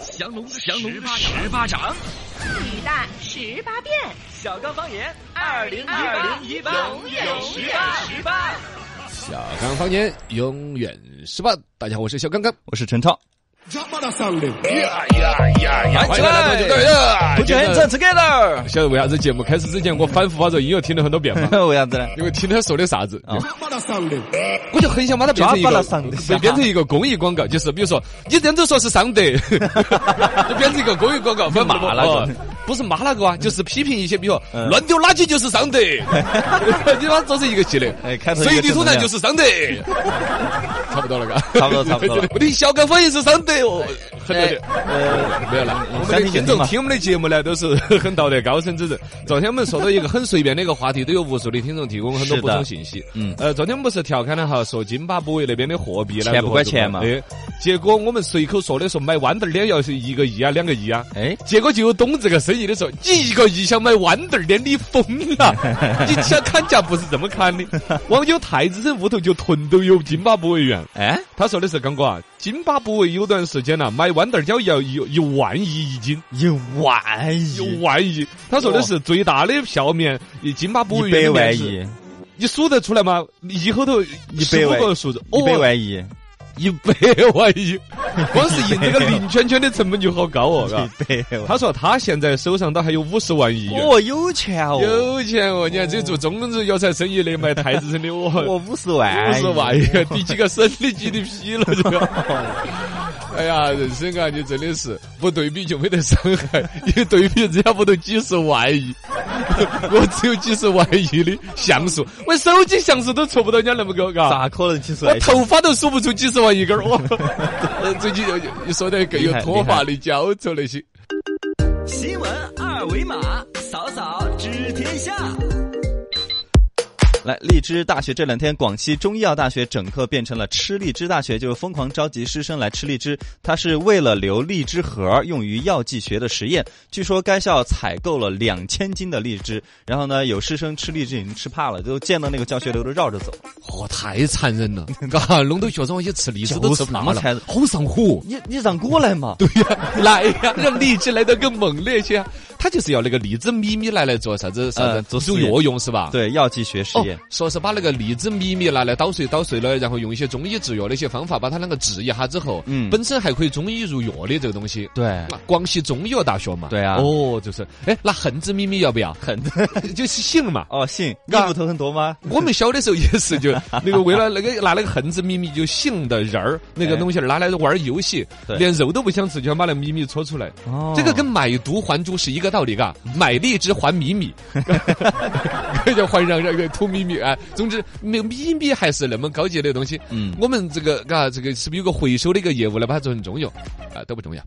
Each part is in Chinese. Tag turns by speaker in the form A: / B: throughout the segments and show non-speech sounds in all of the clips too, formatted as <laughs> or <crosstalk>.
A: 降龙
B: 降龙
A: 十八掌，
C: 女大十八变，
B: 小刚方言，
C: 2018永远
B: 十八十八。
D: 小刚方言永远十八。大家好，我是小刚刚，
A: 我是陈超。
D: 欢迎大家
A: 来，
D: 来
A: 不就很正 together？
D: 晓得为啥子节目开始之前，我反复把这音乐听了很多遍吗？
A: <laughs>
D: 啊
A: 为啥子呢？
D: <laughs> 因为听他说的啥子，我就很想把它变成一
A: 抓
D: 个
A: 把它上的
D: 对变成一个公益广告，就是比如说你这样子说是上德， <laughs> 就变成一个公益广告，不是骂那
A: 嗯
D: 个，不是骂那个啊，就是批评一些，比如说乱丢垃圾就是上
A: <laughs>
D: 德，你把它做成一个系列
A: 哎开，头一个
D: 随地吐痰
A: 正能量
D: 就是上德，差不多了嘎，
A: 差不多差不多了哎
D: 我的小刚方言是上德哦，很多的。
A: 呃，
D: 没有了，我们
A: 想
D: 的听
A: 听就听
D: 众
A: 嘛
D: 听我们的节目呢，都是很道德高深之人。昨天我们说到一个很随便的一个话题，都有无数的听众提供很多
A: 是
D: 补
A: 的
D: 充信息。
A: 嗯
D: 嗯，呃，昨天我们不是调侃了哈，说津巴布韦那边的货币呢，
A: 钱
D: 如
A: 不
D: 何
A: 管
D: 如何
A: 钱嘛
D: 对，结果我们随口说的说买豌豆儿脸要是一个亿啊，两个亿啊。
A: 哎，
D: 结果就有懂这个生意的说，你一个亿想买豌豆儿脸，你疯
A: <laughs>
D: 了！你想砍价不是这么砍的。网友太子参屋头就囤都有津巴布韦元。
A: 哎，
D: 他说的是刚哥啊，津巴布韦有段时间呐、啊买豌豆儿椒要一一万亿一斤，
A: 一万
D: 一
A: 亿，
D: 万亿。他说的是最大的票面，以津巴布韦
A: 一百
D: 元的面
A: 万
D: 是，
A: 亿，
D: 你数得出来吗？一后头
A: 一
D: 一
A: 百万
D: 个数字，
A: 一百
D: 哦，
A: 万亿，
D: 一百万
A: <laughs>
D: 亿，光是印这个零圈圈的成本就好高哦，
A: <laughs>
D: 嘎。
A: 一百万，
D: 他说他现在手上都还有五十万亿元。
A: 哦，有钱哦，
D: 有钱哦！你看，这做中日药材生意的，卖太子参的，哦，
A: 我五十万，
D: 五十万亿，第几个省的 GDP 了，这个。哎呀，人生啊，你真的是不对比就没得伤害，一对比人家不都几十万亿，我只有几十万亿的像素，我手机像素都凑不到人家那么高，嘎。
A: 咋可能几十
D: 我
A: 万亿？
D: 头发都数不出几十万一根儿，我呃最近又又说的更有
A: 厉害
D: 脱发的焦愁那些。
B: 新闻二维码，扫扫知天下。
A: 来，荔枝大学这两天，广西中医药大学整个变成了吃荔枝大学，就是疯狂召集师生来吃荔枝。它是为了留荔枝核儿用于药剂学的实验。据说该校采购了两千斤的荔枝，然后呢，有师生吃荔枝已经吃怕了，就见到那个教学楼都绕 <laughs> 着走。
D: 哦，太残忍
A: <laughs>
D: 了，嘎，弄到学生那些吃荔枝都吃不
A: 就
D: 胖
A: 是
D: 了
A: 嘛才，
D: 好上火。
A: 你你让我来嘛？
D: 对呀，来呀，让荔枝来得更猛烈些。啊他就是要那个荔枝咪咪拿来做啥子啥
A: 呃
D: 子
A: 做实
D: 做
A: 验
D: 药用是吧？。
A: 对，药剂学实
D: 哦
A: 验。，
D: 说是把那个荔枝咪咪拿来捣碎捣碎了，然后用一些中医制药的一些方法把它两个治一下之后，
A: 嗯
D: 本身还可以中医入药的这个东西，
A: 对
D: 嘛广西中医药大学嘛，
A: 对啊
D: 哦，就是，哎，那恒子咪咪要不 <laughs> 要？
A: 很
D: 就是姓嘛，
A: 哦，姓衣
D: 嘎
A: 服头很多吗？
D: 我们小的时候也是
A: <laughs>
D: 就，那个为了那个拿那个恒子咪咪就姓的人儿那个东西儿拿来玩儿游戏，
A: 哎对
D: 连肉都不想吃，就想把那咪咪搓出来。
A: 哦
D: 这个跟买椟还珠是一个道理，嘎，买荔枝还米米，就还让让让偷米米啊。哎总之，那米米还是那么高级的东西。
A: 嗯
D: 我们这个嘎，这个是不是有个回收的一个业务来把它做成中药啊？都不重要。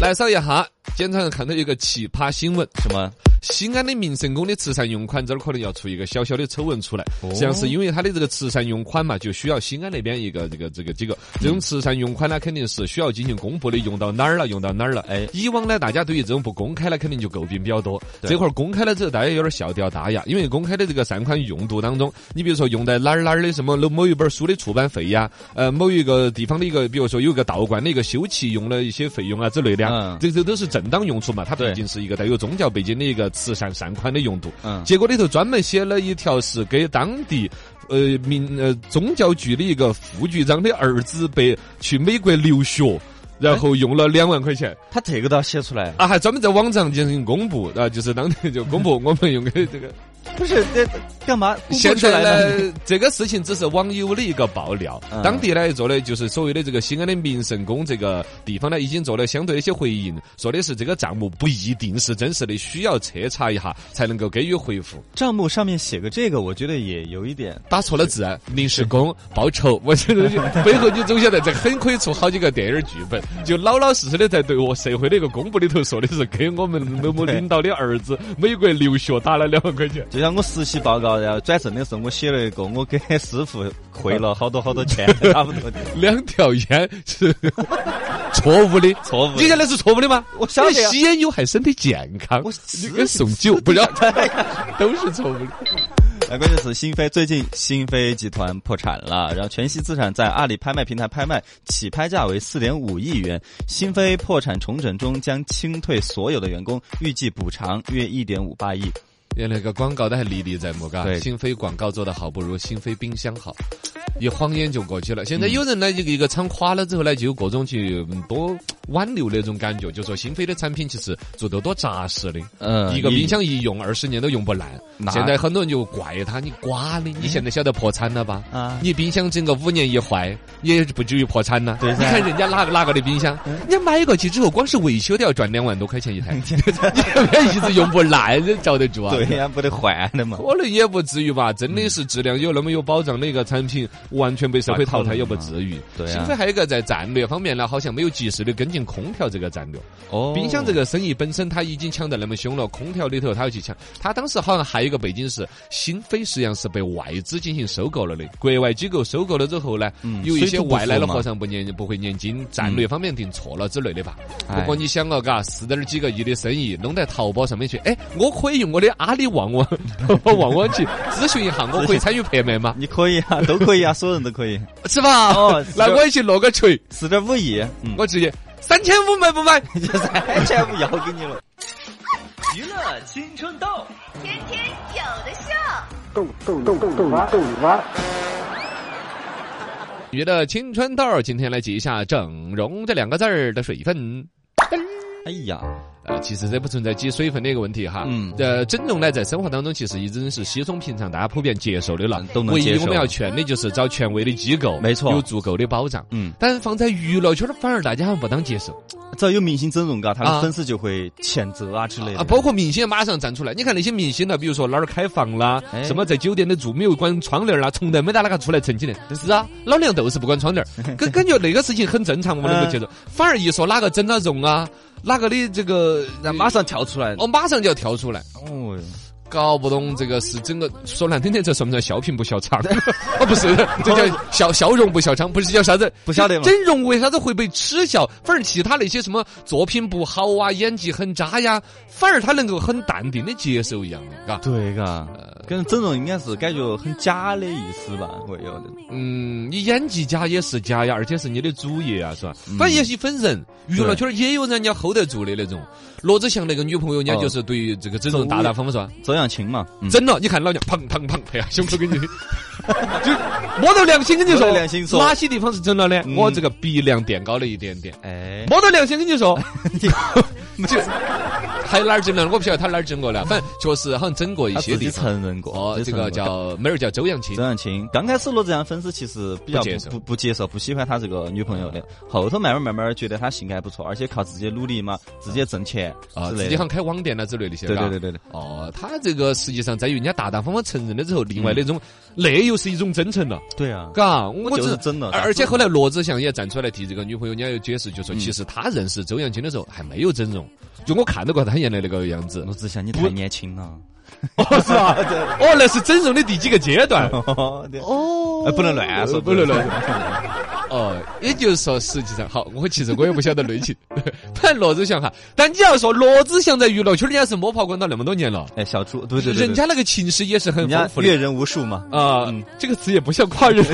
D: 来扫一下，经常看到一个奇葩新闻。
A: 什么？
D: 西安的民生宫的慈善用款这儿可能要出一个小小的丑闻出来，实际上是因为它的这个慈善用款嘛，就需要西安那边一个这个这个机构，这种慈善用款呢，肯定是需要进行公布的，用到哪儿了，用到哪儿了。
A: 哎
D: 以往呢，大家对于这种不公开呢，肯定就诟病比较多。
A: 对
D: 这块儿公开了之后，大家有点笑掉大牙，因为公开的这个善款用途当中，你比如说用在哪儿哪儿的什么某一本书的出版费呀，呃，某一个地方的一个，比如说有一个道观的一个修葺用了一些费用啊之类的啊
A: 嗯，
D: 这这都是正当用途嘛，它毕
A: 对
D: 竟。是一个带有宗教背景的一个慈善善款的用途。
A: 嗯
D: 结果里头专门写了一条是给当地。呃，民呃宗教局的一个副局长的儿子被去美国留学，然后用了两万块钱
A: 他这个都要写出来？
D: 啊，还专门在网上进行公布啊，就是当地就公布我们用给这个。
A: 不是，这干嘛公布
D: 现
A: 出
D: 在
A: 来呢？
D: 呢， <laughs> 这个事情只是网友的一个爆料
A: 嗯，
D: 当地呢做的就是所谓的这个西安的民神宫这个地方呢，已经做了相对的一些回应，说的是这个账目不一定是真实的，需要彻查一下才能够给予回复。
A: 账目上面写个这个，我觉得也有一点。
D: 打错了字，啊临时工 <laughs> 报仇，我这东西背后你总晓得，这很可以出好几个电影剧本，就老老实实的在 <laughs> 对我社会的一个公布里头说的是给我们某某领导的儿子美国留学打了两万块钱。
A: 就像我实习报告，然后转正的时候，我写了一个，我给师傅汇了好多好多钱，差不多的。
D: <laughs> 两条烟是 <laughs> 错误的，
A: 错误的
D: 你晓得是错误的吗？
A: 我晓得呀
D: 因为吸烟有害身体健康，
A: 我
D: <laughs> 你给送酒不让，都是错误的。
A: 来，哎关键词新飞。最近新飞集团破产了，然后全息资产在阿里拍卖平台拍卖，起拍价为四点五亿元。新飞破产重整中将清退所有的员工，预计补偿约一点五八亿。
D: 原来那个广告都还历历在目，嘎
A: 对，
D: 新飞广告做的好不如新飞冰箱好，一晃眼就过去了。现在有人呢，一个一个厂垮了之后呢，就有各种去嗯多挽留那种感觉，就说新飞的产品其实做得多扎实的，
A: 嗯
D: 一个呃冰箱一用二十年都用不烂
A: 哪。
D: 现在很多人就怪他，你瓜的，你现在晓得破产了吧？
A: 啊
D: 你冰箱整个五年一坏，也不至于破产呐。
A: 啊
D: 你看人家哪个哪个的冰箱，人家买过去之后，光是维修都要赚两万多块钱一
A: <laughs>
D: 台， <laughs> 你一直用不烂，这遭得住啊？
A: 啊对嗯呀、不得坏的嘛。
D: 可能也不至于吧，真的是质量有那么有保障的一个产品，完全被社会
A: 啊
D: 淘汰也不至于。
A: 对啊
D: 新飞还有一个在战略方面呢，好像没有及时的跟进空调这个战略。
A: 哦
D: 冰箱这个生意本身它已经抢得那么凶了，空调里头它要去抢。它当时好像还有一个背景是，新飞实际上是被外资进行收购了的，国外机构收购了之后呢，
A: 嗯
D: 有一些
A: 水土不服
D: 外来的
A: 嘛
D: 和尚不念不会念经，战略方面定错了之类的吧。
A: 哎
D: 不过你想啊，嘎，四点几个亿的生意弄在淘宝上面去，哎，我可以用我的阿里旺旺旺旺去咨询一下，我可以参与拍卖吗？
A: 你可以啊，都可以啊，所有人都可以。
D: 是吧？
A: 哦
D: 那我也去落个锤，
A: 四点五亿，嗯，
D: 我直接三千五买不买？
A: 三千五要给你了。
B: 娱乐青春痘，
C: 天天有的秀。
E: 逗逗逗逗娃，逗你娃。
D: 娱乐青春痘，今天来记一下“整容”这两个字儿的水分。
A: 哎呀，
D: 呃，其实这不存在挤水分的一个问题哈。
A: 嗯
D: 呃，整容呢，在生活当中其实已经是稀松平常，大家普遍接受的了
A: 嗯。都能
D: 唯
A: 接
D: 一
A: 受
D: 我们要劝的就是找权威的机构，
A: 没错
D: 有足够的保障。
A: 嗯，
D: 但是放在娱乐圈儿，反而大家好像不当接受
A: 只要有明星整容，嘎，他的
D: 啊
A: 粉丝就会谴责啊之类的。
D: 啊！包括明星马上站出来，你看那些明星呢，啊比如说哪儿开房啦，
A: 哎
D: 什么在酒店的住没有关窗帘儿啦，从来没得哪个出来蹭几的。是啊，老娘都是不关窗
A: <laughs>
D: 帘儿，感感觉那个事情很正常，我们能够接受。反而一说哪个整了容啊，哪个的这个，
A: 那马上跳出来。
D: 我马上就要跳出来。
A: 哦，
D: 搞不懂这个是整个说难听点，这算不算笑贫不笑娼？哦，不是，这叫笑笑容不笑娼，不是叫啥子？
A: 不晓得嘛
D: 整容为啥子会被耻笑？反而其他那些什么作品不好啊，演技很渣呀，反而他能够很淡定的接受一样的，嘎。
A: 对嘎，跟整容应该是感觉很假的意思吧？我有的。
D: 嗯，你演技假也是假呀，而且是你的主业啊，是吧？反正也是分人，娱乐圈也有人家 hold 得住的那种。罗志祥那个女朋友，人家
A: 哦
D: 就是对于这个整容大大方方是吧？
A: 周扬青嘛，嗯
D: 真了，你看老娘砰砰砰拍
A: <laughs>
D: 啊，胸口给你，就摸到良心跟你
A: 摸
D: 说，
A: 到良心说
D: 哪些地方是整了呢？
A: 嗯
D: 我这个鼻梁垫高了一点点，
A: 哎，
D: 摸到良心跟你
A: <laughs>
D: 说，
A: 没
D: 就还有哪儿整了？我不晓得他哪儿整过了，反正确实好像整过一
A: 他
D: 些
A: 自
D: 地
A: 己 <laughs>
D: 方。
A: 承认过。
D: 哦，
A: 自己
D: 这
A: 承认
D: 个
A: 过
D: 叫妹儿叫周扬青
A: 周。扬青刚开始罗志祥粉丝其实比较
D: 不接
A: 不
D: 受
A: 不不接受、不喜欢他这个女朋友的，后头慢慢慢慢儿觉得他性格还不错，而且靠自己努力嘛，自己挣钱
D: 啊，
A: 之
D: 自
A: 类
D: 己好
A: 的。
D: 像开网店了之类的些，
A: 对
D: 嘎
A: 对对对对，
D: 哦，他这个实际上在于人家大大方方承认了之后，另外那种
A: 嗯
D: 那又是一种真诚了，
A: 对啊，
D: 嘎，我
A: 就
D: 只
A: 是真的嗯
D: 而
A: 打
D: 而且
A: 字
D: 后来罗志祥也站出来提这个女朋友，人家有解释，就说其实他认识周扬青的时候还没有整容，就我看到过他原来那个样
A: <laughs>
D: 子
A: 罗。志祥你太年轻 <laughs> 了。。
D: 哦，是啊，哦，那是整容的第几个阶段
A: 哦，
D: 哦
A: 不能乱啊说，
D: 不能乱。哦，也就是说，实际上，好，我其实我也不晓得内情。 <laughs> 反正罗志祥哈，但你要说罗志祥在娱乐圈人家是摸爬滚打那么多年了，
A: 哎，小猪，对对对，对
D: 人家那个情史也是很
A: 人家嗯
D: 丰富
A: 阅
D: 的
A: 人无数嘛， <laughs>
D: 啊。这个词也不像夸人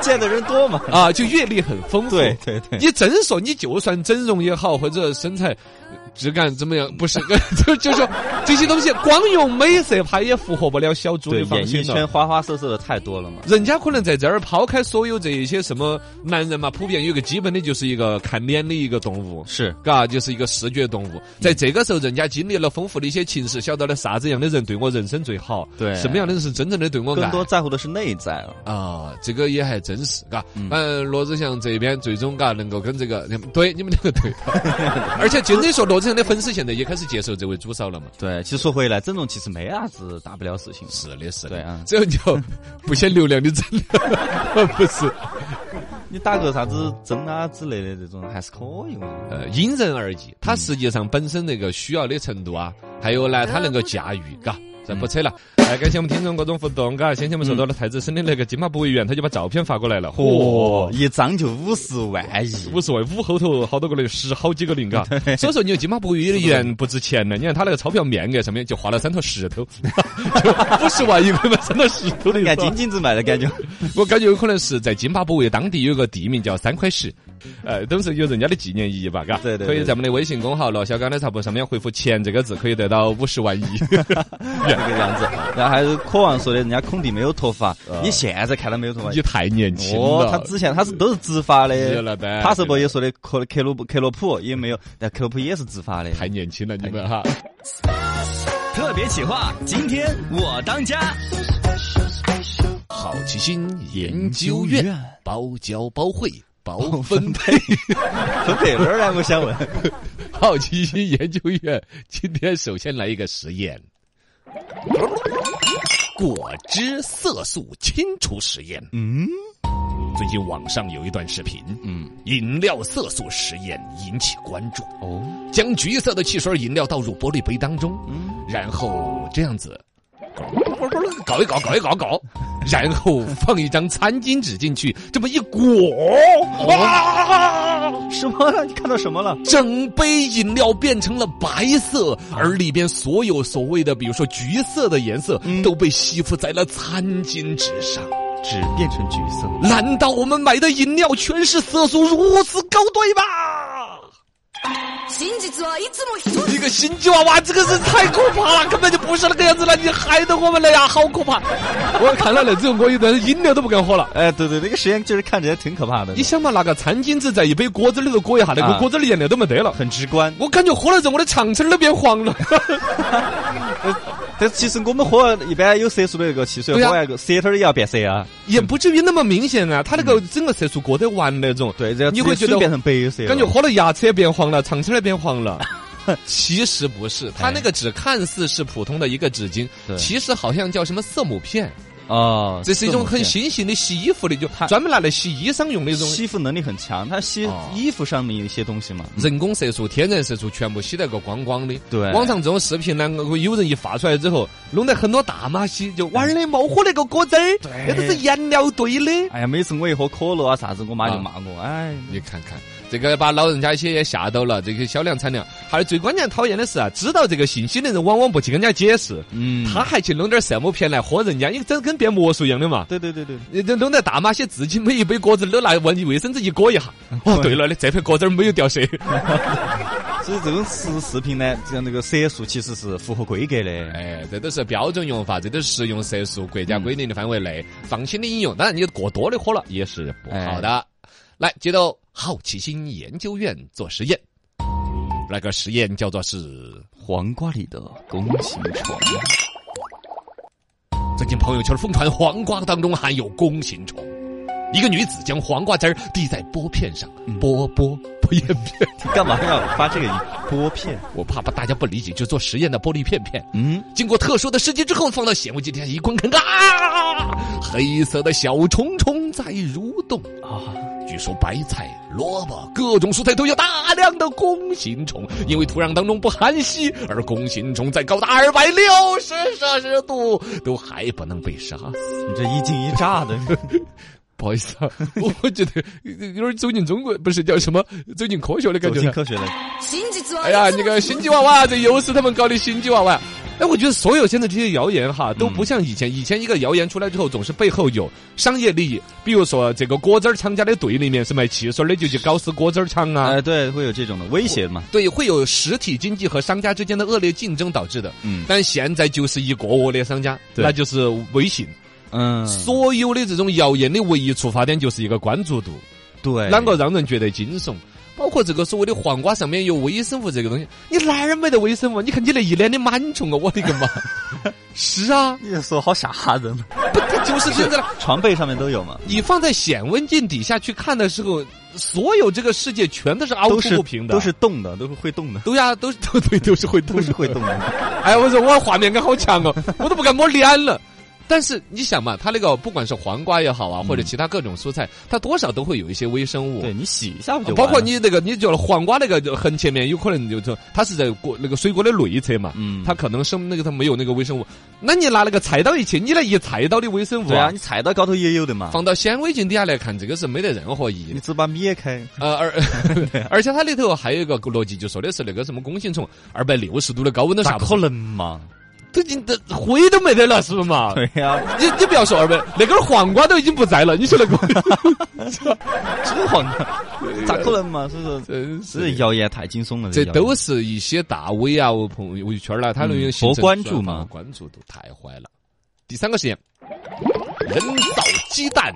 A: 见的人多 <laughs> 嘛。
D: 啊，就阅历很丰富。
A: 对对对，
D: 你真说你就算整容也好，或者身材质感怎么样，不是 <laughs> 就就说这些东西，光用美色它也符合不了小猪
A: 对
D: 的芳
A: 演艺
D: 心
A: 圈
D: 了。
A: 花花色色的太多了嘛。
D: 人家可能在这儿抛开所有这一些什么男人嘛，普遍有一个基本的就是一个看脸的一个动物。
A: 是，
D: 嘎，就是一个视觉动
A: 嗯
D: 物，在这个时候，人家经历了丰富的一些情史，晓得了啥子样的人对我人生最好，
A: 对
D: 什么样的人是真正的对我
A: 更
D: 爱，
A: 多在乎的是内在了。
D: 啊，这个也还真是，嘎。反正罗志祥这边最终嘎能够跟这个， <laughs> 对你们两个 <laughs> 对，而且真的说罗志祥的粉丝现在也开始接受这位主嫂了嘛。
A: 对，其实说回来，整容其实没啥子大不了事情。
D: 是的，是的，
A: 对啊
D: 只要你要不显流量的真的， <laughs> 不是，
A: 你打个啥子针啊之类的这种还是可以嘛。
D: 呃，因人而异。他实际上本身那个需要的程度啊，还有呢，他能够驾驭，嘎。这不扯了。哎，感谢我们听众各种互动，嘎。先前我们说到了太子深的那个金马博物院，他就把照片发过来了。嚯
A: 嚯，，一张就五十万 <laughs> 亿，
D: 五十万五后头好多个零，十好几个零， <laughs> 嘎。所以说，你有金马博物院不值钱了。你看他那个钞票面额上面就画了三坨石头， <laughs> 就五十万一块嘛，三坨石头的意
A: 按
D: 思
A: 金。金子买的 <laughs> 感觉。
D: 我感觉有可能是在金巴博韦当地有个地名叫三块石，呃，都是有人家的纪念意义吧，嘎。
A: 对对对
D: 可以在我们的微信公号“罗小刚的茶铺”上面回复“钱”这个字，可以得到五十万亿。
A: 这个样子，然后还是渴望说的，人家孔蒂没有头发，你现在看到没有头发
D: <laughs> 你？太年轻
A: 哦，他
D: 了。
A: 之前他是都是直发
D: 是
A: 的
D: 了呗，
A: 帕斯博也说的克克鲁布克洛普也没有，但克洛普也是直发的。
D: 太年轻了，你们哈！
B: 特别企划，今天我当家。
A: <laughs>
D: 好奇心研究院包教包会包分配，
A: <laughs> 分配哪儿呢？我想问，
D: 好奇心研究院今天首先来一个实验，果汁色素清除实验。
A: 嗯，
D: 最近网上有一段视频，
A: 嗯
D: 嗯，饮料色素实验引起关注，
A: 哦，
D: 将橘色的汽水饮料倒入玻璃杯当中，然后这样子。搞一搞，搞一搞，搞，然后放一张餐巾纸进去，这么一裹，哇，
A: 什么了？你看到什么了？
D: 整杯饮料变成了白色，而里边所有所谓的，比如说橘色的颜色，都被吸附在了餐巾纸上。
A: 纸变成橘色，
D: 难道我们买的饮料全是色素如此高对吗？一个心机娃娃，这个是太可怕了，根本就不是那个样子了，你害得我们了呀，好可怕！我看了那之后，我有点饮料都不敢喝了。
A: 哎，对对，那个实验就是看起来挺可怕的
D: 你，想嘛，拿个餐巾纸在一杯果汁里头裹一下，那
A: 啊
D: 个果汁里颜料都没得了。
A: 很直观。
D: 我感觉喝了之后，我的肠肠都变黄了。
A: 但其实我们喝一般有色素的那个汽水，
D: 对
A: 喝
D: 呀
A: 完个舌头也要变色啊。
D: 也不至于那么明显啊，它那个整个色素过得完那种，
A: 嗯对，然后
D: 你会觉
A: 嘴
D: 得
A: 变成白色了，
D: 感觉喝了牙齿也变黄了，肠肠也变黄
A: <laughs>
D: 了。其实不是，它那个纸看似是普通的一个纸巾
A: 对，
D: 其实好像叫什么色母片，
A: 哦，
D: 这是一种
A: 么
D: 很
A: 变
D: 新型的洗衣服的，就
A: 它
D: 专门拿来洗衣裳用的一种。
A: 吸附能力很强，它吸
D: 哦
A: 衣服上面有一些东西嘛。
D: 人工色素、天然色素全部洗得个光光的。
A: 对
D: 网上这种视频呢，我有人一发出来之后，弄得很多大妈些就玩
A: 嗯
D: 儿的冒喝那个果汁儿，那都是颜料兑的。
A: 哎呀，每次我一喝可乐啊啥子，我妈就骂我，
D: 啊
A: 哎，
D: 你看看，这个把老人家一些也吓到了，这个小量产量。还有最关键讨厌的是啊，知道这个信息的人往往不去跟人家解释，
A: 嗯，
D: 他还去弄点什么片来喝人家，你真跟变魔术一样的嘛。
A: 对对对对，
D: 你这弄得大妈些自己每一杯果汁都拿卫卫生纸一裹一下。哦，对了，你这杯果汁儿没有掉色。
A: 所以这种视视频呢，这样那个色素其实是符合规格的。
D: 哎，这都是标准用法，这都是食用色素国家规定的范围内，放心的饮用。当然，你过多的喝了也是不好的。来，接到好奇心研究院做实验，那个实验叫做是。
A: 黄瓜里的弓形虫，
D: 最近朋友圈疯传黄瓜当中含有弓形虫，一个女子将黄瓜汁儿滴在玻片上，剥剥剥叶片， <laughs>
A: 你干嘛要发这个拨片？
D: 我怕把大家不理解，就做实验的玻璃片片。
A: 嗯，
D: 经过特殊的试剂之后，放到显微镜底下一观看，啊，黑色的小虫虫在蠕动啊！据说白菜、萝卜、各种蔬菜都有大量的弓形虫，因为土壤当中不含硒，而弓形虫在高达二百六十摄氏度都还不能被杀死。
A: 你这一惊一乍的，
D: 不好意思啊， <laughs> 我我觉得有点走进中国，不是叫什么走进科学 <laughs> 的感
A: 走
D: 觉
A: 进
D: 呢。
A: 科学的，
D: 哎呀，那个心机娃娃，这又是他们搞的心机娃娃。哎，我觉得所有现在这些谣言哈，都不像以
A: 嗯
D: 前。以前一个谣言出来之后，总是背后有商业利益，比如说这个果汁儿厂家的队里面是卖汽水的，就去搞死果汁儿厂啊。
A: 哎，对，会有这种的威胁嘛？
D: 对，会有实体经济和商家之间的恶劣竞争导致的。
A: 嗯
D: 但现在就是一个恶劣商家，
A: 对
D: 那就是微信。
A: 嗯，
D: 所有的这种谣言的唯一出发点就是一个关注度。
A: 对，
D: 啷个让人觉得惊悚？包括这个所谓的黄瓜上面有微生物这个东西，你哪儿买的微生物？你看你那一脸的螨虫啊！我的个 <laughs> 妈！是啊，
A: 你这说好吓人，
D: 不，它就是现在了。
A: 床被上面都有嘛？
D: 你放在显微镜底下去看的时候，所有这个世界全 <laughs> 都是凹
A: 都
D: 凸
A: 是
D: 不平的，
A: 都是动的，都是会动的，
D: 都呀，都是都对，都是会动
A: 都
D: 的
A: 是会动的。
D: 哎，我说我画面感好强哦，我都不敢摸脸了。但是你想嘛，它那个不管是黄瓜也好啊，或者其他各种蔬菜，它多少都会有一些微生物。
A: <laughs> 对你洗一下不就
D: 包
A: 完了
D: 括你那个，你觉得黄瓜那个呃很前面有可能就是它是在果那个水果的内侧嘛，
A: 嗯，
D: 它可能生那个它没有那个微生物。那你拿那个菜刀一切，你那一菜刀的微生物
A: 对啊，你踩到高头也有的嘛，
D: 啊放到显微镜底下来看，这个是没得任 <laughs> 何意义的
A: 你。只把灭开，
D: 呃， <laughs> 而而且它里头还有一个逻辑，就说的是那个什么弓形虫，二百六十度的高温都
A: 咋
D: 下不
A: 可
D: 去，
A: 能嘛？
D: 都已经都灰都没得了，是不 <laughs> 嘛？
A: 对呀、
D: 你你不要说二百，那根黄瓜都已经不在了，你说那 <laughs> 个，
A: 真黄的，咋可能嘛？是不是？
D: 真
A: 这
D: 是。
A: 谣言太惊悚了，
D: 这
A: 谣言
D: 都是一些大 V 啊、朋友圈啦，他那种
A: 嗯
D: 形成
A: 博关注嘛
D: 转发关注度太坏了。第三个实验，人造鸡蛋，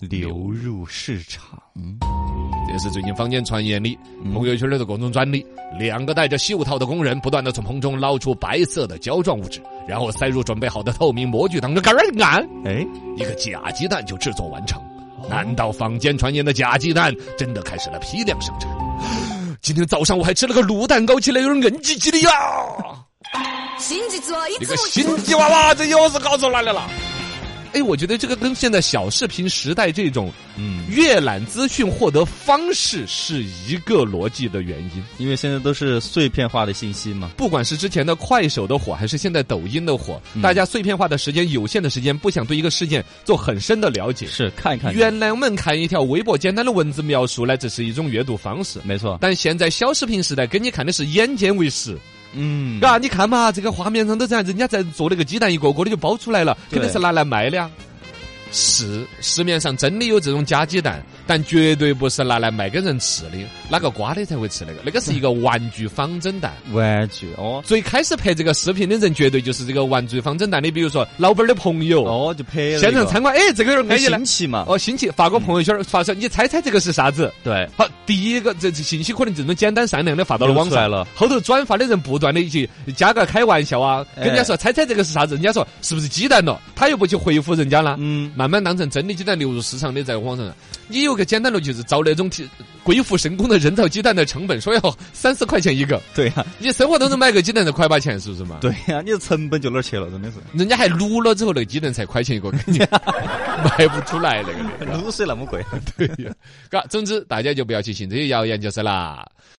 A: 流入市场，
D: 这是最近坊间传言的，
A: 嗯
D: 朋友圈里的各种专利。两个戴着袖套的工人不断的从棚中捞出白色的胶状物质，然后塞入准备好的透明模具当中，嘎儿一按，
A: 哎，
D: 一个假鸡蛋就制作完成。
A: 哦
D: 难道坊间传言的假鸡蛋真的开始了批量生产？ <gasps> 今天早上我还吃了个卤蛋糕，起来有点硬唧唧的呀。你个心机娃娃，这又是搞出来的了。哎，我觉得这个跟现在小视频时代这种
A: 嗯，
D: 阅览资讯获得方式是一个逻辑的原因。
A: 因为现在都是碎片化的信息嘛，
D: 不管是之前的快手的火，还是现在抖音的火，
A: 嗯
D: 大家碎片化的时间、有限的时间，不想对一个事件做很深的了解。
A: 是看一看，
D: 原来我们看一条微博，简单的文字描述呢，这是一种阅读方式。
A: 没错，
D: 但现在小视频时代，给你看的是眼见为实，
A: 嗯，
D: 嘎、你看嘛，这个画面上都这样，人家在做那个鸡蛋，一个个的就包出来了，
A: 对
D: 肯定是拿来卖的啊。是，市面上真的有这种假鸡蛋，但绝对不是拿来卖给人吃的，哪个瓜的才会吃那个？那个是一个玩具仿真蛋。
A: 玩具哦
D: 最开始拍这个视频的人，绝对就是这个玩具仿真蛋的，比如说老板儿的朋友，
A: 哦，就拍了一个
D: 现场参观，哎，这个有点安
A: 很
D: 逸了
A: 新。奇嘛，
D: 哦，兴起发个朋友圈儿，发说你猜猜这个是啥子？
A: 对，
D: 好，第一个这这信息可能这种简单善良的发到了网
A: 流出来
D: 上
A: 了，
D: 后头转发的人不断的去加个开玩笑啊，
A: 哎
D: 跟人家说猜猜这个是啥子，人家说是不是鸡蛋了，他又不去回复人家了。
A: 嗯，
D: 慢慢当成真的鸡蛋流入市场的，在网上，你有个简单的就是找那种提鬼斧神工的人造鸡蛋的成本，说要三四块钱一个，
A: 对呀、
D: 你生活当中买个鸡蛋才块把钱，是不是嘛？
A: 对呀、你的成本就哪儿去了？真的是，
D: 人家还卤了之后，那个鸡蛋才块钱一个，
A: <laughs>
D: 肯定卖不出来那个的。
A: 卤水那么贵。
D: 对呀，嘎，总之大家就不要去信这些谣言就是啦。